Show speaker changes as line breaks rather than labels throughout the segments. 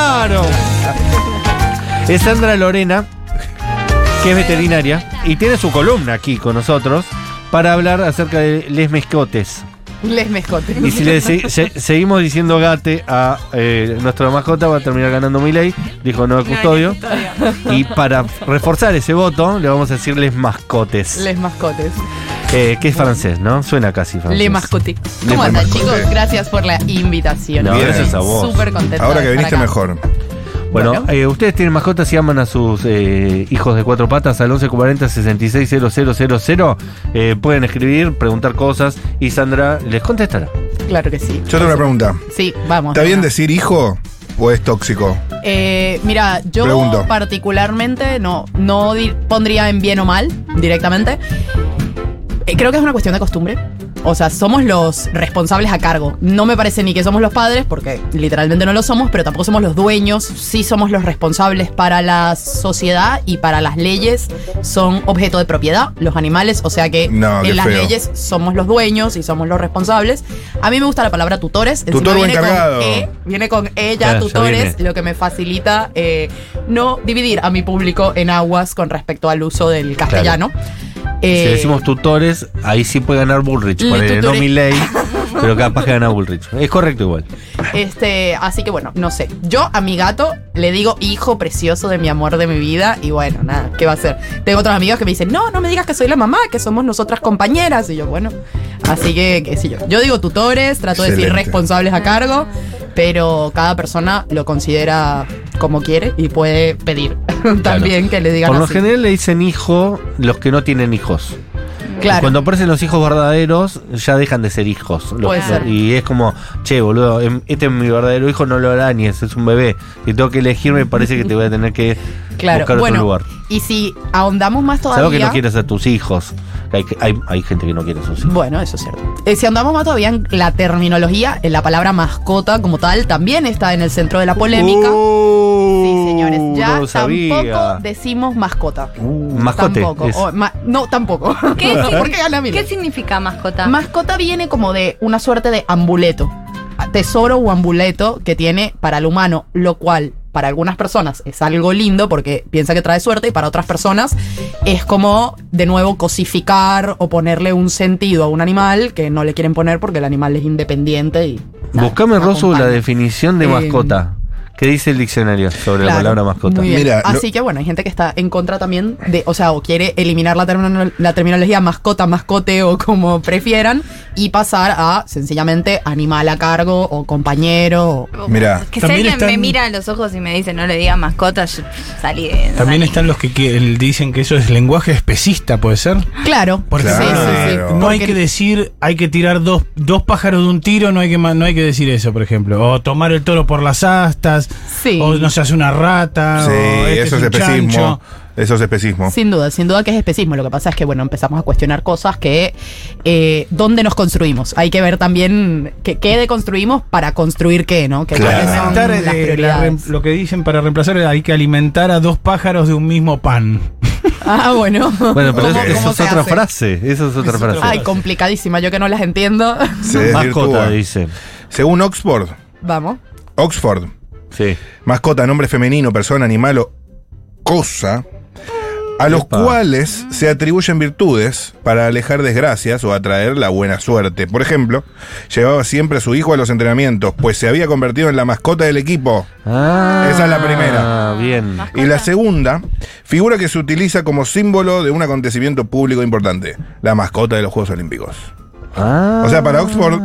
hermano. Es Sandra Lorena, que es veterinaria, y tiene su columna aquí con nosotros para hablar acerca de les mezcotes.
Les mezcote.
Y si le se- se- seguimos diciendo gate a eh, nuestra mascota, va a terminar ganando Miley, dijo no de custodio. Y para reforzar ese voto, le vamos a decir les mascotes,
Les mascotes.
eh, que es francés, ¿no? Suena casi francés.
Le mascote. ¿Cómo
Le
andan,
mascote.
chicos? Gracias por la invitación.
No,
Bien.
gracias a vos.
Súper contenta.
Ahora
de
que
estar
viniste
acá.
mejor.
Bueno,
Bueno.
eh, ustedes tienen mascotas y aman a sus eh, hijos de cuatro patas al 1140 660000. Eh, pueden escribir, preguntar cosas y Sandra les contestará.
Claro que sí.
Yo tengo una pregunta.
Sí, vamos.
¿Está bien
Bueno.
decir hijo o es tóxico?
Eh, mira, yo
Pregunto.
particularmente no, no di- pondría en bien o mal directamente. Eh, creo que es una cuestión de costumbre. O sea, somos los responsables a cargo. No me parece ni que somos los padres, porque literalmente no lo somos, pero tampoco somos los dueños. Sí somos los responsables para la sociedad y para las leyes. Son objeto de propiedad los animales, o sea que
No, qué
en las
feo.
leyes somos los dueños y somos los responsables. A mí me gusta la palabra tutores. Encima
Tutor o
viene con
encargado.
E, viene con ella,
Claro, Ah, ya
tutores,
viene.
lo que me facilita eh, no dividir a mi público en aguas con respecto al uso del castellano. Eh,
si decimos tutores, ahí sí puede ganar Bullrich.
Le
Ponele, no
tutoré.
Miley, pero capaz que gana Bullrich. Es correcto igual.
este, así que bueno, no sé. Yo a mi gato le digo hijo precioso de mi amor de mi vida y bueno, nada, ¿qué va a ser? Tengo otras amigas que me dicen, no, no me digas que soy la mamá, que somos nosotras compañeras. Y yo, bueno, así que, qué sé yo. Yo digo tutores, trato de decir
Excelente.
responsables a cargo, pero cada persona lo considera como quiere y puede pedir también que le digan
Por lo
así.
general le dicen hijo los que no tienen hijos.
Claro.
Cuando aparecen los hijos verdaderos, ya dejan de ser hijos. Los-
Puede ser.
Y es como, che, boludo, em- este es mi verdadero hijo, no lo arañes, es un bebé. Si tengo que elegir, me parece que te voy a tener que
Claro,
buscar otro
bueno,
lugar.
Y si ahondamos más todavía.
Salvo que no quieras a tus hijos. Hay, que- hay, hay gente que no quiere a sus hijos.
Bueno, eso es cierto. Eh, si andamos más todavía en la terminología, en la palabra mascota como tal, también está en el centro de la polémica. sí, señores.
Uh,
Ya
no lo
tampoco
sabía.
decimos mascota.
Uh, mascote.
Tampoco.
es.
O ma- no, tampoco.
¿Qué,
No,
signi-
¿Por qué gana Mila?
qué significa mascota?
Mascota viene como de una suerte de ambuleto, tesoro o ambuleto que tiene para el humano, lo cual para algunas personas es algo lindo porque piensa que trae suerte y para otras personas es como de nuevo cosificar o ponerle un sentido a un animal que no le quieren poner porque el animal es independiente y... nada,
Buscame, Rosu, la
acompaña.
definición de
Eh,
mascota. ¿Qué dice el diccionario sobre la
Claro,
palabra mascota?
muy bien.
Mira,
Así
lo-
que bueno, hay gente que está en contra también de, o sea, o quiere eliminar la, termino- la terminología mascota, mascote o como prefieran y pasar a sencillamente animal a cargo o compañero. o-
Mirá,
que si
también
alguien me
están-
mira a los ojos y me dice no le diga mascota, yo salí de. no
También
salí.
están los que qui- dicen que eso es lenguaje especista, ¿puede ser?
Claro,
Porque
sí,
Claro.
sí, sí.
no
Porque-
hay que decir, hay que tirar dos, dos pájaros de un tiro, no hay, que, ma- no hay que decir eso, por ejemplo. O tomar el toro por las astas,
Sí.
Oh,
o no seas una rata,
sí,
o este
eso es,
un
especismo.
chancho.
Eso es especismo.
Sin duda, sin duda que es especismo. Lo que pasa es que, bueno, empezamos a cuestionar cosas que. eh, ¿Dónde nos construimos? Hay que ver también que- qué deconstruimos para construir qué, ¿no? Que
Claro.
cuáles son
Alimentar, eh,
las
la
prioridades.
rem- lo que dicen para reemplazar es hay que alimentar a dos pájaros de un mismo pan.
Ah, bueno.
Bueno, pero
¿Cómo-
eso, eso
cómo
es
se
otra
hace?
frase. Eso es otra
Es
frase.
otra
Ay, complicadísima, yo que no las entiendo.
Se
mascota,
desvirtúa.
dice.
Según Oxford,
Vamos.
Oxford,
Sí.
mascota, nombre femenino, persona, animal o cosa, a los
Epa.
cuales se atribuyen virtudes para alejar desgracias o atraer la buena suerte. Por ejemplo, llevaba siempre a su hijo a los entrenamientos, pues se había convertido en la mascota del equipo.
Ah,
Esa es la primera.
Ah, bien.
Y la segunda, figura que se utiliza como símbolo de un acontecimiento público importante, la mascota de los Juegos Olímpicos.
Ah.
O sea, para Oxford,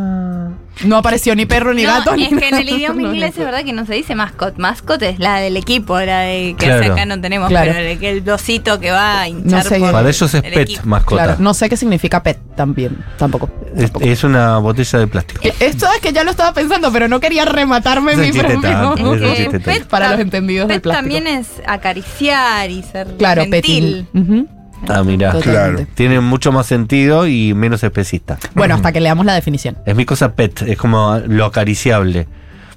No apareció ni perro ni
No,
gato. ni
es que en
nada.
el idioma
No,
inglés
no.
es verdad que no se dice mascot. Mascot es la del equipo, la de que
Claro.
acá no tenemos,
Claro.
pero el, que el osito que va a hinchar
No sé.
por
Para ellos es
el
pet,
equipo.
mascota.
Claro, no sé qué significa pet también, tampoco.
es, eh,
tampoco.
es una botella de plástico.
Que- Esto es que ya lo estaba pensando, pero no quería rematarme
Es
mi
un chiste tan- es
propio.
un
Eh,
chiste tan-
Para
tam-
los entendidos del
Pet
plástico.
también es acariciar y ser
Claro,
gentil.
petting. Ujú,
Ah, mirá.
totalmente.
Claro.
Tiene mucho más sentido y menos especista.
Bueno, hasta que leamos la definición.
Es mi cosa pet, es como lo acariciable.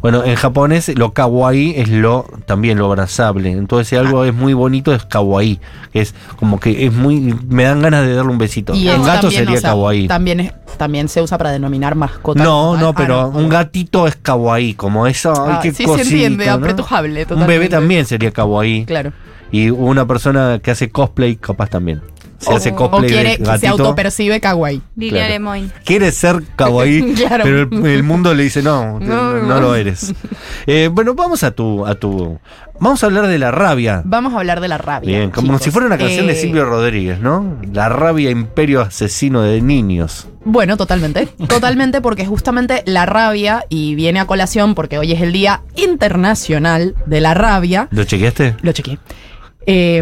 Bueno, en japonés lo kawaii es lo también lo abrazable. Entonces, si algo es muy bonito es kawaii, que es como que es muy me dan ganas de darle un besito.
Y
un
eso
gato
también,
sería
o sea,
kawaii.
También, es- también se usa para denominar mascota.
No, no,
Ah,
pero un gatito es kawaii, como eso, ay,
Ah,
qué
sí
cosita,
se entiende,
¿no?
apretujable.
Un
totalmente.
bebé también sería kawaii.
Claro.
Y una persona que hace cosplay, capaz también. Se
o,
hace
o
cosplay
quiere
de
que se
gatito.
autopercibe kawaii.
Lilia
Claro.
Lemoyne.
quiere ser kawaii,
Claro.
pero el, el mundo le dice no, te- no,
No,
no
no.
lo eres. Eh, bueno, vamos a tu, a tu, vamos a hablar de la rabia.
Vamos a hablar de la rabia.
Bien, como
chicos.
si fuera una canción de
Eh,
Silvio Rodríguez, ¿no? La rabia imperio asesino de niños.
Bueno, totalmente. Totalmente, porque justamente la rabia, y viene a colación porque hoy es el Día Internacional de la Rabia.
¿Lo chequeaste?
Lo chequeé. Eh,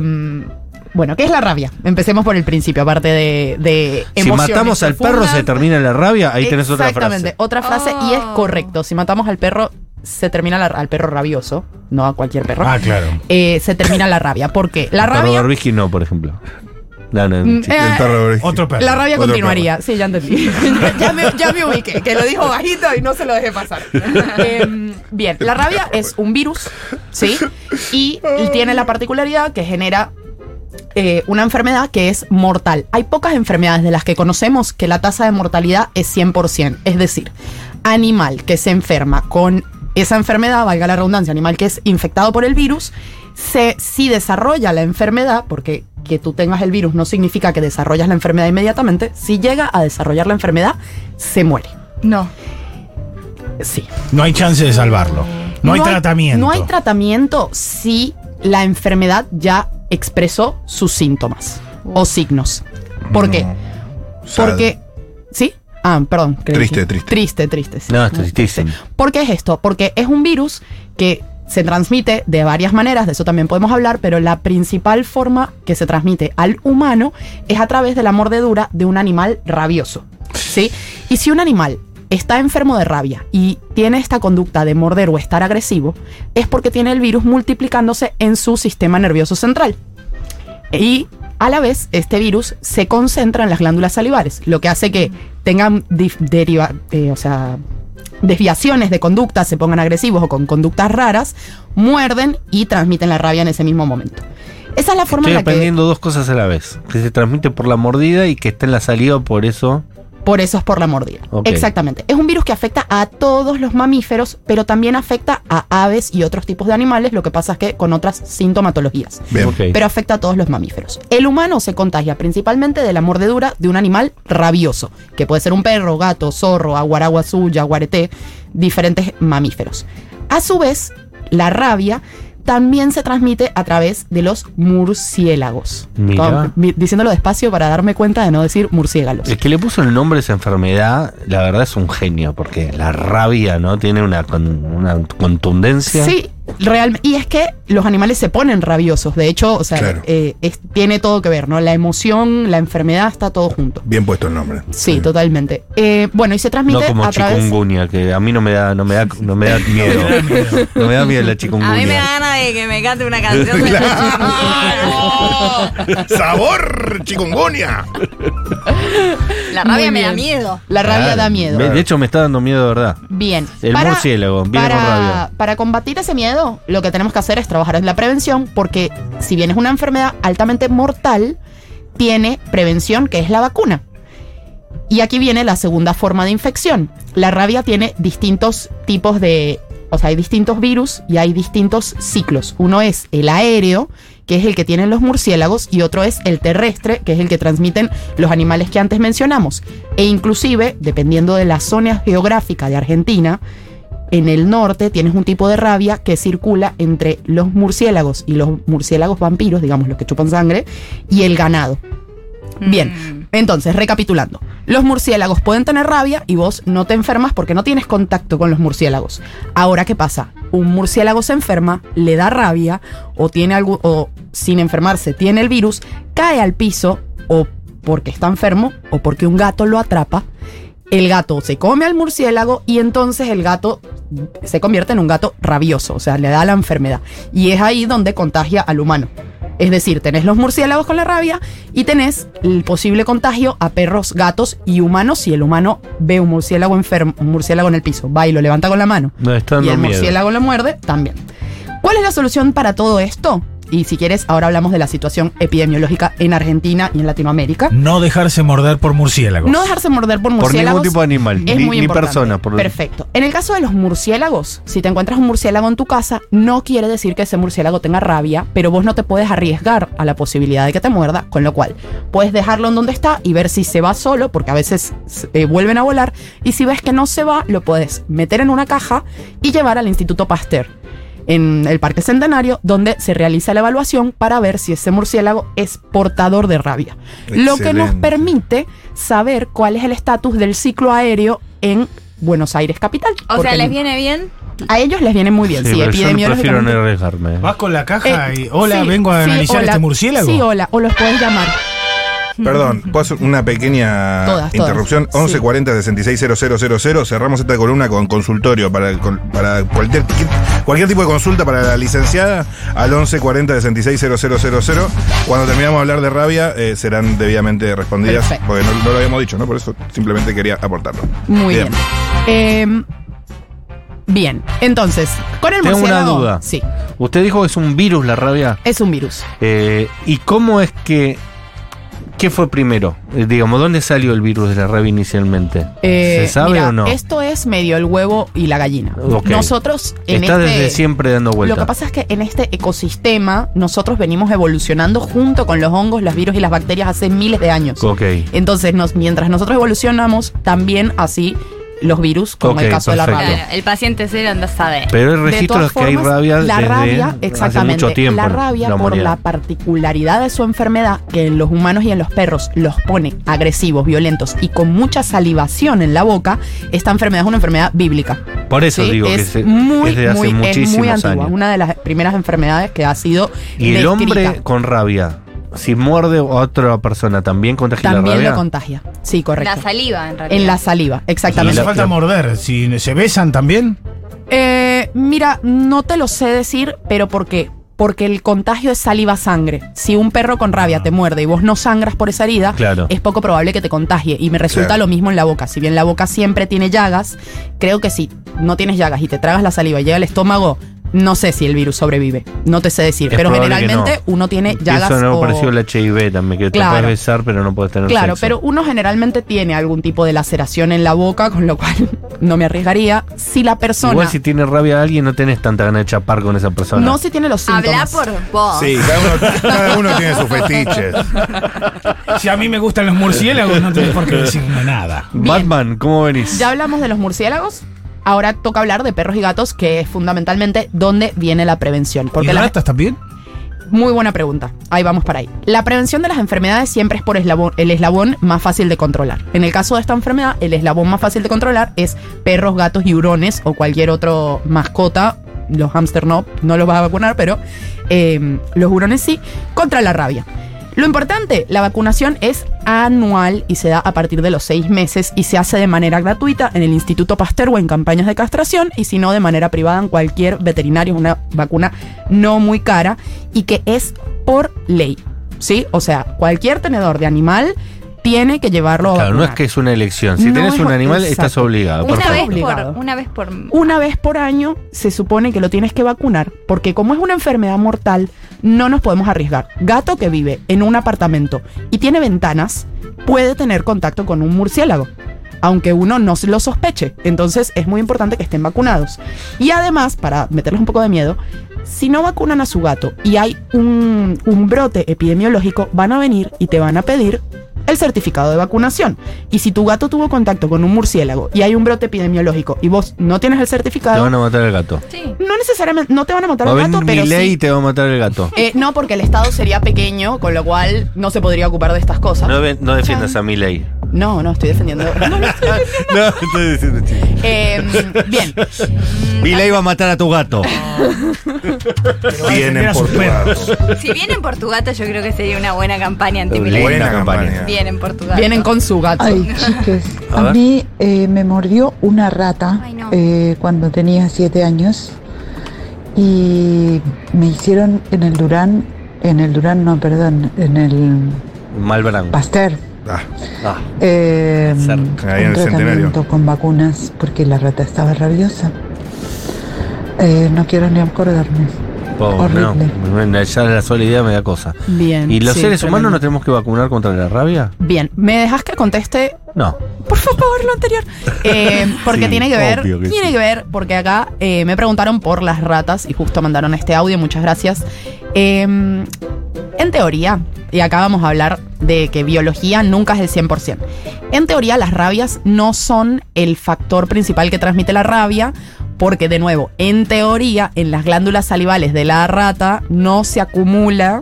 bueno, ¿qué es la rabia? Empecemos por el principio, aparte de, de
Si
emociones
matamos al perro
profundas.
se termina la rabia, ahí tenés otra
Exactamente,
frase.
otra frase y es
Oh.
correcto. Si matamos al perro, se termina la- al perro rabioso, no a cualquier perro.
Ah, claro.
Eh, se termina la rabia. Porque la
El perro
rabia.
Berbisky no, por ejemplo. No, no,
Mm,
sí.
eh,
El perro de-
Otro perro.
La rabia
Otro
continuaría. Sí, ya entendí. ya, me, ya me ubiqué, que lo dijo bajito y no se lo dejé pasar. Em, bien, la rabia es un virus, ¿sí? Y tiene la particularidad que genera eh, una enfermedad que es mortal. Hay pocas enfermedades de las que conocemos que la tasa de mortalidad es 100%. Es decir, animal que se enferma con esa enfermedad, valga la redundancia, animal que es infectado por el virus, se, si desarrolla la enfermedad, porque que tú tengas el virus no significa que desarrollas la enfermedad inmediatamente, si llega a desarrollar la enfermedad, se muere.
No.
Sí.
No hay chance de salvarlo. No, hay tratamiento.
No hay tratamiento si la enfermedad ya expresó sus síntomas o signos. ¿Por qué?
Sad.
Porque. ¿Sí? Ah, perdón. creí
Triste,
que-
triste.
Triste, triste. sí.
No, es tristísimo.
¿Por qué es esto? Porque es un virus que se transmite de varias maneras, de eso también podemos hablar, pero la principal forma que se transmite al humano es a través de la mordedura de un animal rabioso. ¿Sí? Y si un animal está enfermo de rabia y tiene esta conducta de morder o estar agresivo, es porque tiene el virus multiplicándose en su sistema nervioso central. Y a la vez, este virus se concentra en las glándulas salivares, lo que hace que tengan dif- deriva- eh, o sea, desviaciones de conducta, se pongan agresivos o con conductas raras, muerden y transmiten la rabia en ese mismo momento. Esa es la forma
Estoy
en la que.
aprendiendo dos cosas a la vez. Que se transmite por la mordida y que está en la salida, por eso...
Por eso es por la mordida.
Ok.
Exactamente. Es un virus que afecta a todos los mamíferos, pero también afecta a aves y otros tipos de animales, lo que pasa es que con otras sintomatologías.
Bien.
Ok.
pero afecta a todos los mamíferos. El humano se contagia principalmente de la mordedura de un animal rabioso, que puede ser un perro, gato, zorro, aguaraguazú, yaguareté, diferentes mamíferos. A su vez, la rabia también se transmite a través de los murciélagos.
Mira.
Con- mi- diciéndolo despacio para darme cuenta de no decir murciélagos.
El que le puso el nombre a esa enfermedad, la verdad es un genio, porque la rabia, ¿no? Tiene una, con- una contundencia.
Sí, realmente. Y es que los animales se ponen rabiosos. De hecho, o sea,
Claro.
eh, es- tiene todo que ver, ¿no? La emoción, la enfermedad, está todo junto.
Bien puesto el nombre.
Sí, totalmente. Eh, bueno, y se
No
transmite
como
a través.
chikungunya, que a mí no me da, no me da, no me da miedo. No me da miedo la
A mí me da
chikungunya.
ganas de que me cante una canción. de-
Claro. ¡Sabor, chikungunya!
La rabia
Muy
me da
bien.
miedo.
La rabia
Claro.
da miedo.
De hecho, me está dando miedo de verdad.
Bien.
El murciélago viene con
para,
rabia.
Para combatir ese miedo, lo que tenemos que hacer es trabajar en la prevención, porque si bien es una enfermedad altamente mortal, tiene prevención, que es la vacuna. Y aquí viene la segunda forma de infección. La rabia tiene distintos tipos de... O sea, hay distintos virus y hay distintos ciclos. Uno es el aéreo, que es el que tienen los murciélagos, y otro es el terrestre, que es el que transmiten los animales que antes mencionamos. E inclusive, dependiendo de la zona geográfica de Argentina, en el norte tienes un tipo de rabia que circula entre los murciélagos y los murciélagos vampiros, digamos los que chupan sangre, y el ganado.
Mm.
Bien, entonces, recapitulando. Los murciélagos pueden tener rabia y vos no te enfermas porque no tienes contacto con los murciélagos. Ahora, ¿qué pasa? Un murciélago se enferma, le da rabia o tiene algo o sin enfermarse tiene el virus, cae al piso o porque está enfermo o porque un gato lo atrapa. El gato se come al murciélago y entonces el gato se convierte en un gato rabioso, o sea, le da la enfermedad. Y es ahí donde contagia al humano. Es decir, tenés los murciélagos con la rabia y tenés el posible contagio a perros, gatos y humanos si el humano ve un murciélago enfermo, un murciélago en el piso, va y lo levanta con la mano
No, está dando
y el
miedo.
murciélago lo muerde también. ¿Cuál es la solución para todo esto? Y si quieres, ahora hablamos de la situación epidemiológica en Argentina y en Latinoamérica.
No dejarse morder por murciélagos.
No dejarse morder por
Por
murciélagos.
ningún tipo de animal,
Es
ni,
muy
ni
importante.
persona. Por
Perfecto. En el caso de los murciélagos, si te encuentras un murciélago en tu casa, no quiere decir que ese murciélago tenga rabia, pero vos no te puedes arriesgar a la posibilidad de que te muerda, con lo cual puedes dejarlo en donde está y ver si se va solo, porque a veces eh, vuelven a volar, y si ves que no se va, lo puedes meter en una caja y llevar al Instituto Pasteur en el Parque Centenario, donde se realiza la evaluación para ver si ese murciélago es portador de rabia. Lo que nos
Excelente.
permite saber cuál es el estatus del ciclo aéreo en Buenos Aires capital.
O sea,
Porque
les viene bien.
a ellos les viene muy bien, sí,
Sí, pero yo prefiero
epidemiológicamente.
no arriesgarme.
Vas con la caja
Eh,
y. Hola,
sí,
vengo a
sí,
analizar
hola.
este murciélago.
Sí, hola, o los puedes llamar.
Perdón, ¿puedo hacer una pequeña
Todas, todas.
interrupción?
Sí.
1140 660000. Cerramos esta columna con consultorio para, el col- para cualquier, cualquier tipo de consulta para la licenciada al 1140 660000. Cuando terminamos de hablar de rabia, eh, serán debidamente respondidas.
Perfecto.
Porque no, no lo habíamos dicho, ¿no? Por eso simplemente quería aportarlo.
Muy bien. Eh, bien, entonces, con el
Tengo una
murciélago.
duda.
Sí,
Usted dijo que es un virus la rabia.
es un virus.
Eh, ¿Y cómo es que.? ¿Qué fue primero? Eh, digamos, ¿dónde salió el virus de la rabia inicialmente?
Eh,
¿Se sabe
mira,
o no?
Esto es medio el huevo y la gallina.
Ok.
Nosotros en
Está
este.
desde siempre dando vuelta.
Lo que pasa es que en este ecosistema nosotros venimos evolucionando junto con los hongos, los virus y las bacterias hace miles de años.
Ok.
Entonces, nos, mientras nosotros evolucionamos, también así los virus, como
Ok,
el caso de la
perfecto.
rabia.
Claro, el paciente cero anda a saber.
Pero hay
De
registros
todas
que hay
formas,
rabia
la
desde
rabia,
hace
exactamente,
mucho tiempo.
la
en
rabia por
humanidad.
la particularidad de su enfermedad que en los humanos y en los perros los pone agresivos, violentos y con mucha salivación en la boca, esta enfermedad es una enfermedad bíblica.
Por eso
Sí,
digo que
es
se-
muy,
es de hace
muy, es muy
muchísimos
antigua,
años.
una de las primeras enfermedades que ha sido
Y el hombre
descrita.
con rabia, si muerde a otra persona, ¿también contagia la
también
rabia?
lo contagia. Sí, correcto.
La saliva, en realidad.
en la saliva,
No
exactamente.
hace
la-
falta morder. Si se besan también.
Eh, mira, no te lo sé decir, pero ¿por qué? Porque el contagio es saliva-sangre. Si un perro con rabia te muerde y vos no sangras por esa herida,
Claro.
es poco probable que te contagie. Y me resulta
Claro.
lo mismo en la boca. Si bien la boca siempre tiene llagas, creo que si no tienes llagas y te tragas la saliva y llega al estómago, no sé si el virus sobrevive. No te sé decir.
Es
pero
probable que
generalmente
no.
uno tiene llagas.
Eso no
o-
parecido al HIV también, que
Claro.
te puedes besar pero no puedes tener
Claro,
sexo.
pero uno generalmente tiene algún tipo de laceración en la boca, con lo cual no me arriesgaría. Si la persona
Igual si tiene rabia a alguien no tenés tanta ganas de chapar con esa persona.
no se tiene los
Habla
síntomas.
por
Ah.
vos.
Sí, cada uno, cada uno tiene sus fetiches.
Si a mí me gustan los murciélagos, no tenés por qué decirme nada.
Batman, ¿cómo venís?
Ya hablamos de los murciélagos. Ahora toca hablar de perros y gatos, que es fundamentalmente donde viene la prevención.
¿Y
Porque la,
ratas también?
muy buena pregunta. Ahí vamos para ahí. La prevención de las enfermedades siempre es por eslabón, el eslabón más fácil de controlar. En el caso de esta enfermedad, el eslabón más fácil de controlar es perros, gatos y hurones o cualquier otro mascota. Los hámster no, no los vas a vacunar, pero eh, los hurones sí, contra la rabia. Lo importante, la vacunación es anual y se da a partir de los seis meses y se hace de manera gratuita en el Instituto Pasteur o en campañas de castración y si no de manera privada en cualquier veterinario. Es una vacuna no muy cara y que es por ley. ¿Sí? O sea, cualquier tenedor de animal tiene que llevarlo a
Claro, no
vacunar.
es que es una elección. Si
No
tenés
es-
un animal,
exacto.
estás obligado. por
Una
favor. Uh.
vez,
Obligado.
por, una vez por.
Una vez por año se supone que lo tienes que vacunar, porque como es una enfermedad mortal, no nos podemos arriesgar. Gato que vive en un apartamento y tiene ventanas, puede tener contacto con un murciélago, aunque uno no lo sospeche. Entonces es muy importante que estén vacunados. Y además, para meterles un poco de miedo, si no vacunan a su gato y hay un, un brote epidemiológico, van a venir y te van a pedir el certificado de vacunación. Y si tu gato tuvo contacto con un murciélago y hay un brote epidemiológico y vos no tienes el
Te
certificado,
van a matar el gato.
Sí.
no necesariamente, no te van a matar
Va a
al
venir
gato,
mi
pero
ley y
sí.
te va a matar el gato.
Eh, no, porque el Estado sería pequeño, con lo cual no se podría ocupar de estas cosas.
No, ve- no defiendas a mi ley.
No, no, estoy defendiendo. No, no estoy-
no, estoy diciendo chiste.
Eh, bien,
Mi ley va a matar a tu gato.
Vienen
Era
por tu
super.
lado.
Si vienen por tu gato, yo creo que sería una buena campaña anti
Buena
Buena
campaña.
campaña.
Vienen por tu gato.
vienen con su gato.
Ay, chiques,
A
a,
ver.
mí eh, me mordió una rata
Ay, no.
eh, cuando tenía siete años y me hicieron en el Durán en el Durán, no, perdón, en el
Malbrán.
Pasteur.
Ah,
Ah,
eh,
Cerca,
ahí en
un
el Centenario.
tratamiento con vacunas porque la rata estaba rabiosa. Eh, no quiero ni acordarme.
pobre, no.
Horrible.
Bueno, Ya la sola idea me da cosa.
Bien.
¿Y los
sí,
seres humanos
tremendo.
nos tenemos que vacunar contra la rabia?
Bien, ¿me dejas que conteste
No.
Por favor, lo anterior. Eh, porque
Sí,
tiene que ver,
obvio que
tiene
sí.
que ver, porque acá eh, me preguntaron por las ratas y justo mandaron este audio, muchas gracias. Eh, en teoría, y acá vamos a hablar de que biología nunca es el 100%. En teoría, las rabias no son el factor principal que transmite la rabia, porque de nuevo, en teoría, en las glándulas salivales de la rata no se acumula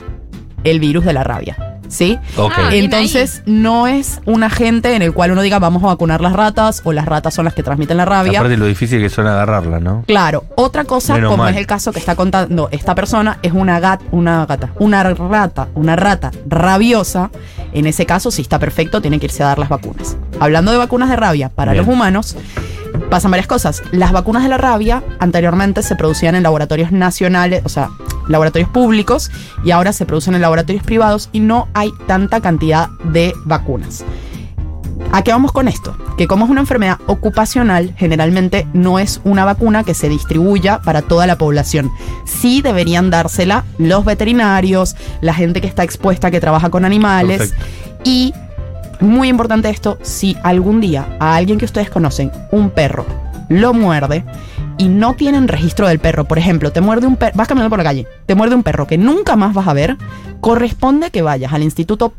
el virus de la rabia. ¿Sí?
Ok.
Ah, bien
Entonces, no es un agente en el cual uno diga vamos a vacunar las ratas o las ratas son las que transmiten la rabia.
Aparte lo difícil que son agarrarla, ¿no?
Claro, otra cosa,
Menos
como
mal.
es el caso que está contando esta persona, es una gata, una gata, una rata, una rata rabiosa. En ese caso, si está perfecto, tiene que irse a dar las vacunas. Hablando de vacunas de rabia para
Bien.
los humanos, pasan varias cosas. Las vacunas de la rabia anteriormente se producían en laboratorios nacionales, o sea, laboratorios públicos, y ahora se producen en laboratorios privados y no hay tanta cantidad de vacunas. ¿A qué vamos con esto? Que como es una enfermedad ocupacional, generalmente no es una vacuna que se distribuya para toda la población. Sí deberían dársela los veterinarios, la gente que está expuesta, que trabaja con animales.
Perfecto.
Y, muy importante esto, si algún día a alguien que ustedes conocen, un perro, lo muerde y no tienen registro del perro, por ejemplo, te muerde un perro, vas caminando por la calle, te muerde un perro que nunca más vas a ver, corresponde que vayas al Instituto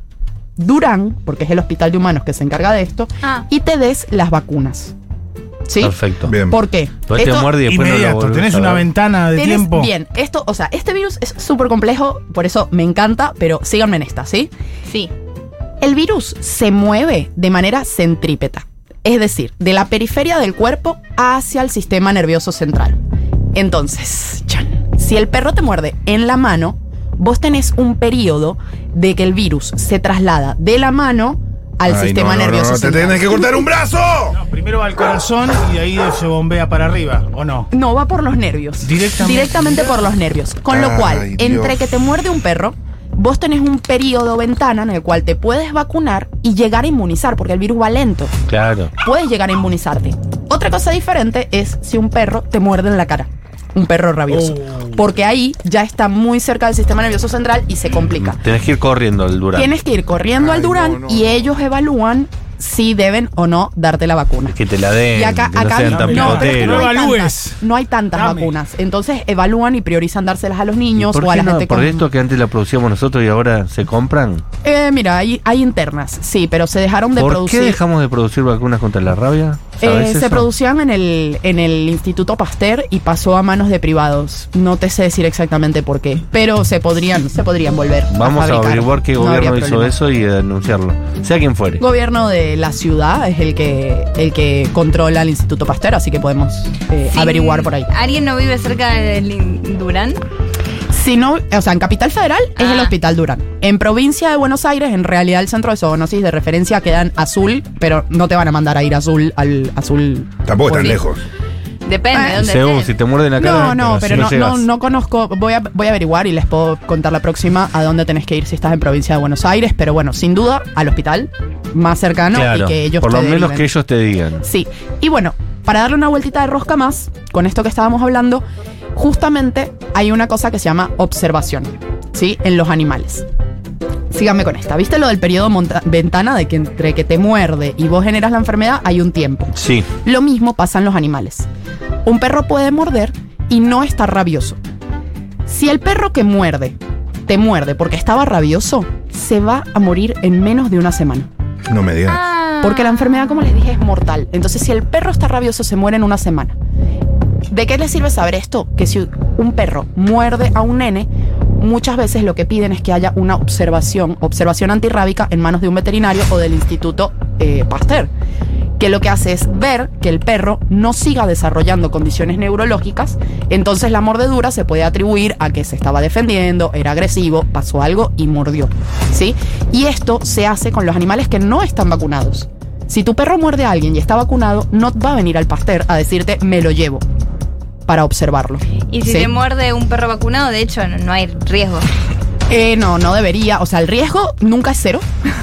Durán, porque es el hospital de humanos que se encarga de esto,
Ah,
y te des las vacunas. ¿Sí?
Perfecto.
Bien.
¿Por qué?
Porque te
Esto-
muerde este y después no
Inmediato,
lo volvés
tenés
a
una
ver.
ventana de
Tenés-
tiempo.
Bien, esto, o sea, este virus es súper complejo, por eso me encanta, pero síganme en esta, ¿sí?
sí.
El virus se mueve de manera centrípeta, es decir, de la periferia del cuerpo hacia el sistema nervioso central. Entonces, chan, si el perro te muerde en la mano, vos tenés un periodo de que el virus se traslada de la mano al
Ay,
sistema
no, no,
nervioso
no, no, te
central.
tenés que cortar un brazo.
No, primero va al corazón y de ahí se bombea para arriba, ¿o no?
No, va por los nervios.
Directamente.
Directamente por los nervios. Con lo
Ay,
cual,
Dios.
entre que te muerde un perro, vos tenés un periodo ventana en el cual te puedes vacunar y llegar a inmunizar, porque el virus va lento.
Claro.
Puedes llegar a inmunizarte. Otra cosa diferente es si un perro te muerde en la cara. Un perro rabioso. Porque ahí ya está muy cerca del sistema nervioso central y se complica.
Tenés que ir corriendo al Durán.
Tienes que ir corriendo
Ay,
al Durán
no, no,
y
no.
ellos evalúan si deben o no darte la vacuna.
Que te la den.
Y acá,
que
acá
no sean
no,
tan
no,
pero es que
picoteros.
no, hay
Evalúes.
tantas, no hay tantas
Dame.
vacunas. Entonces evalúan y priorizan dárselas a los
¿Y
niños
¿Por
o a
qué
la
no?
gente
¿Por
con-
esto que antes la producíamos nosotros y ahora se compran?
Eh, mira, hay, hay internas, sí, pero se dejaron de
¿Por
producir.
qué dejamos de producir vacunas contra la rabia? ¿Sabés
Eh, se
eso?
producían en el, en el Instituto Pasteur y pasó a manos de privados. No te sé decir exactamente por qué, pero se podrían, se podrían volver.
Vamos a,
fabricar.
averiguar qué
No
gobierno
habría
hizo
problema.
eso y denunciarlo. Sea quien fuere.
El gobierno de la ciudad es el que, el que controla el Instituto Pasteur, así que podemos eh,
Sin-
averiguar por ahí.
¿Alguien no vive cerca del in- Durán?
Si no, o sea, en Capital Federal es
Ah.
el Hospital Durán. En Provincia de Buenos Aires, en realidad el centro de zoonosis de referencia queda en Azul, pero no te van a mandar a ir a Azul al Azul.
Tampoco es tan
Sí.
lejos.
Depende de dónde
Según,
estés.
si te muerden la cara.
No, no, pero
si
no, no,
llegas.
no conozco. Voy a, voy a averiguar y les puedo contar la próxima a dónde tenés que ir si estás en Provincia de Buenos Aires. Pero bueno, sin duda, al hospital más cercano
Claro,
y que ellos
por
te
lo menos
deriven.
que ellos te digan.
Sí, y bueno, para darle una vueltita de rosca más, con esto que estábamos hablando, justamente hay una cosa que se llama observación, ¿sí? En los animales. Síganme con esta. ¿Viste lo del periodo monta- ventana de que entre que te muerde y vos generas la enfermedad hay un tiempo?
Sí,
Lo mismo pasa en los animales. Un perro puede morder y no estar rabioso. Si el perro que muerde te muerde porque estaba rabioso, se va a morir en menos de una semana.
No me digas.
Ah.
Porque la enfermedad, como les dije, es mortal. Entonces, si el perro está rabioso, se muere en una semana. ¿De qué le sirve saber esto? Que si un perro muerde a un nene, muchas veces lo que piden es que haya una observación, observación antirrábica en manos de un veterinario o del Instituto eh, Pasteur, que lo que hace es ver que el perro no siga desarrollando condiciones neurológicas, entonces la mordedura se puede atribuir a que se estaba defendiendo, era agresivo, pasó algo y mordió, ¿sí? Y esto se hace con los animales que no están vacunados. Si tu perro muerde a alguien y está vacunado, no va a venir al Pasteur a decirte me lo llevo para observarlo.
Y si
Sí.
te muerde un perro vacunado, de hecho, no, no hay riesgo.
Eh, no, no debería. O sea, el riesgo nunca es cero.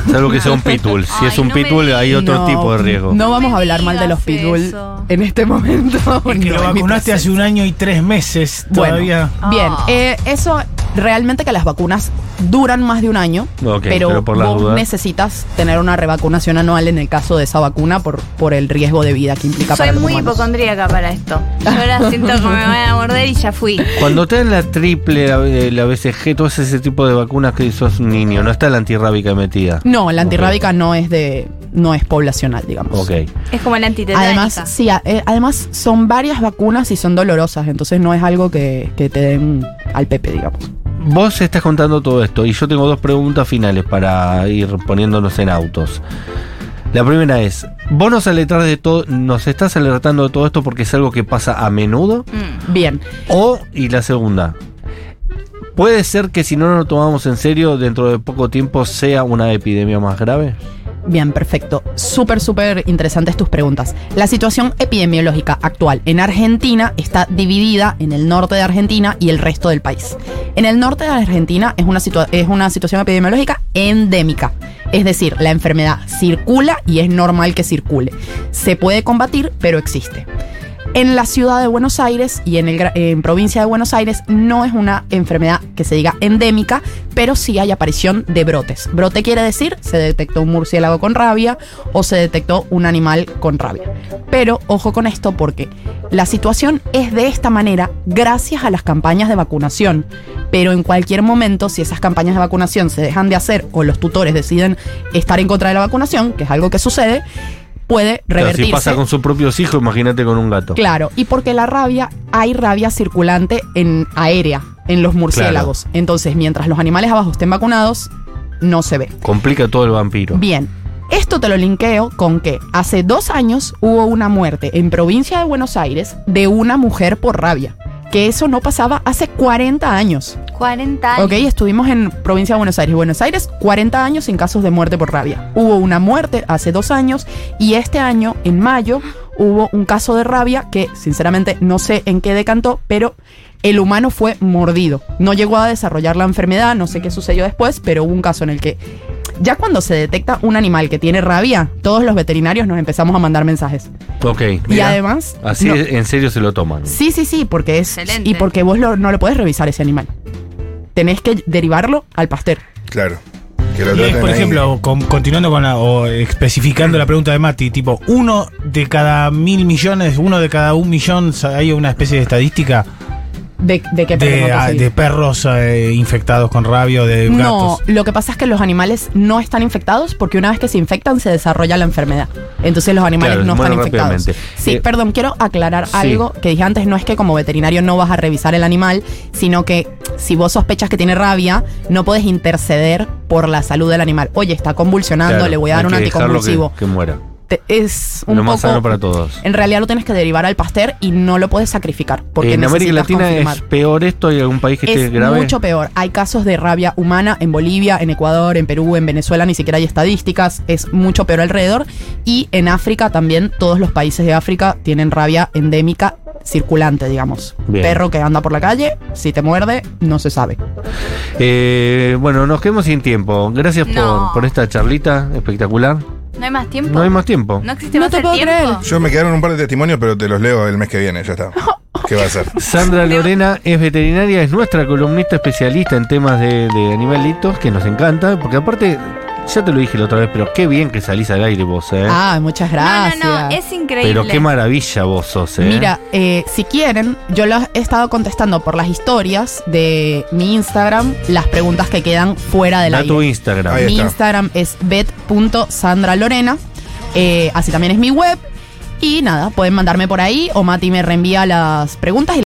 Salvo que sea un pitbull. Si
Ay,
es un
no me
pitbull,
digas.
hay otro
No,
tipo de riesgo.
No vamos
me
a hablar mal de los
digas
pitbull
eso.
en este momento.
Porque
No,
lo
en mi
vacunaste hace un año y tres meses
Bueno,
todavía.
bien.
Ah.
eh, eso realmente que las vacunas duran más de un año,
Ok,
pero,
pero por las
vos
dudas.
necesitas tener una revacunación anual en el caso de esa vacuna por, por el riesgo de vida que implica
Soy
para los
muy
humanos.
hipocondríaca para esto. Yo ahora siento que me van a morder y ya fui.
Cuando te dan la triple, la, eh, la BCG, todo ese tipo de vacunas que sos un niño, no está la antirrábica metida.
No, la antirrábica no es de no es poblacional, digamos.
Ok.
Es como la antitetánica.
Además, sí, a- eh, además son varias vacunas y son dolorosas, entonces no es algo que, que te den al Pepe, digamos.
Vos estás contando todo esto y yo tengo dos preguntas finales para ir poniéndonos en autos. La primera es, ¿vos nos alertás de todo, nos estás alertando de todo esto porque es algo que pasa a menudo?
Mm.
Bien.
O, y la segunda, ¿puede ser que si no nos lo tomamos en serio, dentro de poco tiempo sea una epidemia más grave?
Bien, perfecto. Súper, súper interesantes tus preguntas. La situación epidemiológica actual en Argentina está dividida en el norte de Argentina y el resto del país. En el norte de Argentina es una, situa- es una situación epidemiológica endémica. Es decir, la enfermedad circula y es normal que circule. Se puede combatir, pero existe. En la ciudad de Buenos Aires y en, el, gra- en provincia de Buenos Aires no es una enfermedad que se diga endémica, pero sí hay aparición de brotes. Brote quiere decir se detectó un murciélago con rabia o se detectó un animal con rabia. Pero ojo con esto porque la situación es de esta manera gracias a las campañas de vacunación. Pero en cualquier momento, si esas campañas de vacunación se dejan de hacer o los tutores deciden estar en contra de la vacunación, que es algo que sucede, puede
Claro,
revertirse.
si pasa con sus propios hijos, imagínate con un gato.
Claro, y porque la rabia, hay rabia circulante en aérea, en los murciélagos. Entonces, mientras los animales abajo estén vacunados, no se ve.
Complica todo el vampiro.
Bien, esto te lo linkeo con que hace dos años hubo una muerte en provincia de Buenos Aires de una mujer por rabia. Que eso no pasaba hace 40 años.
40 años.
Ok, estuvimos en provincia de Buenos Aires. Buenos Aires, 40 años sin casos de muerte por rabia. Hubo una muerte hace dos años y este año, en mayo, hubo un caso de rabia que, sinceramente, no sé en qué decantó, pero el humano fue mordido. No llegó a desarrollar la enfermedad, no sé qué sucedió después, pero hubo un caso en el que ya cuando se detecta un animal que tiene rabia, todos los veterinarios nos empezamos a mandar mensajes.
Ok.
y
mirá.
además...
Así
no-
es, en serio se lo toman.
Sí, sí, sí, porque es.
Excelente.
Y porque vos lo- no lo podés revisar ese animal. Tenés que derivarlo al pastel.
Claro. Que lo
Y es,
traten
por
ahí.
ejemplo, con- continuando con la, o especificando la pregunta de Mati, tipo, uno de cada mil millones, uno de cada un millón, sa- hay una especie de estadística
¿De, de qué
de,
perro no
ah,
conseguís?
de perros eh, infectados con rabia o de
No,
gatos.
lo que pasa es que los animales no están infectados porque una vez que se infectan se desarrolla la enfermedad. Entonces los animales
Claro,
no están
mueren
infectados.
rápidamente.
Sí,
Eh,
perdón, quiero aclarar
sí.
algo que dije antes. No es que como veterinario no vas a revisar el animal, sino que si vos sospechas que tiene rabia, no podés interceder por la salud del animal. Oye, está convulsionando,
Claro,
le voy a dar
hay
un
que dejarlo
anticonvulsivo.
Que, que muera.
Te- es un
Lo más
poco-
sano para todos.
En realidad lo tienes que derivar al pastel y no lo puedes sacrificar. Porque
Eh, en América
necesitas
Latina
confirmar.
es peor esto. ¿Hay algún país que
Es
esté grave?
mucho peor. Hay casos de rabia humana en Bolivia, en Ecuador, en Perú, en Venezuela, ni siquiera hay estadísticas. Es mucho peor alrededor. Y en África también, todos los países de África tienen rabia endémica circulante, digamos.
Bien.
Perro que anda por la calle, si te muerde, no se sabe.
Eh, bueno, nos quedamos sin tiempo. Gracias
No.
por, por esta charlita espectacular.
¿No hay más tiempo?
No hay más tiempo.
¿No existe
No
más
te
el
puedo
tiempo?
creer.
Yo me quedaron un par de testimonios, pero te los leo el mes que viene, ya está. ¿Qué va a hacer?
Sandra Lorena es veterinaria, es nuestra columnista especialista en temas de, de animalitos, que nos encanta, porque aparte, ya te lo dije la otra vez, pero qué bien que salís al aire vos, ¿eh?
Ah, muchas
No,
gracias.
no, no, es increíble.
pero qué maravilla vos sos, ¿eh?
Mira, eh, si quieren, yo los he estado contestando por las historias de mi Instagram las preguntas que quedan fuera del
da
aire.
tu Instagram.
Ahí
mi
está.
Instagram es bet.sandralorena. Eh, así también es mi web. Y nada, pueden mandarme por ahí o Mati me reenvía las preguntas y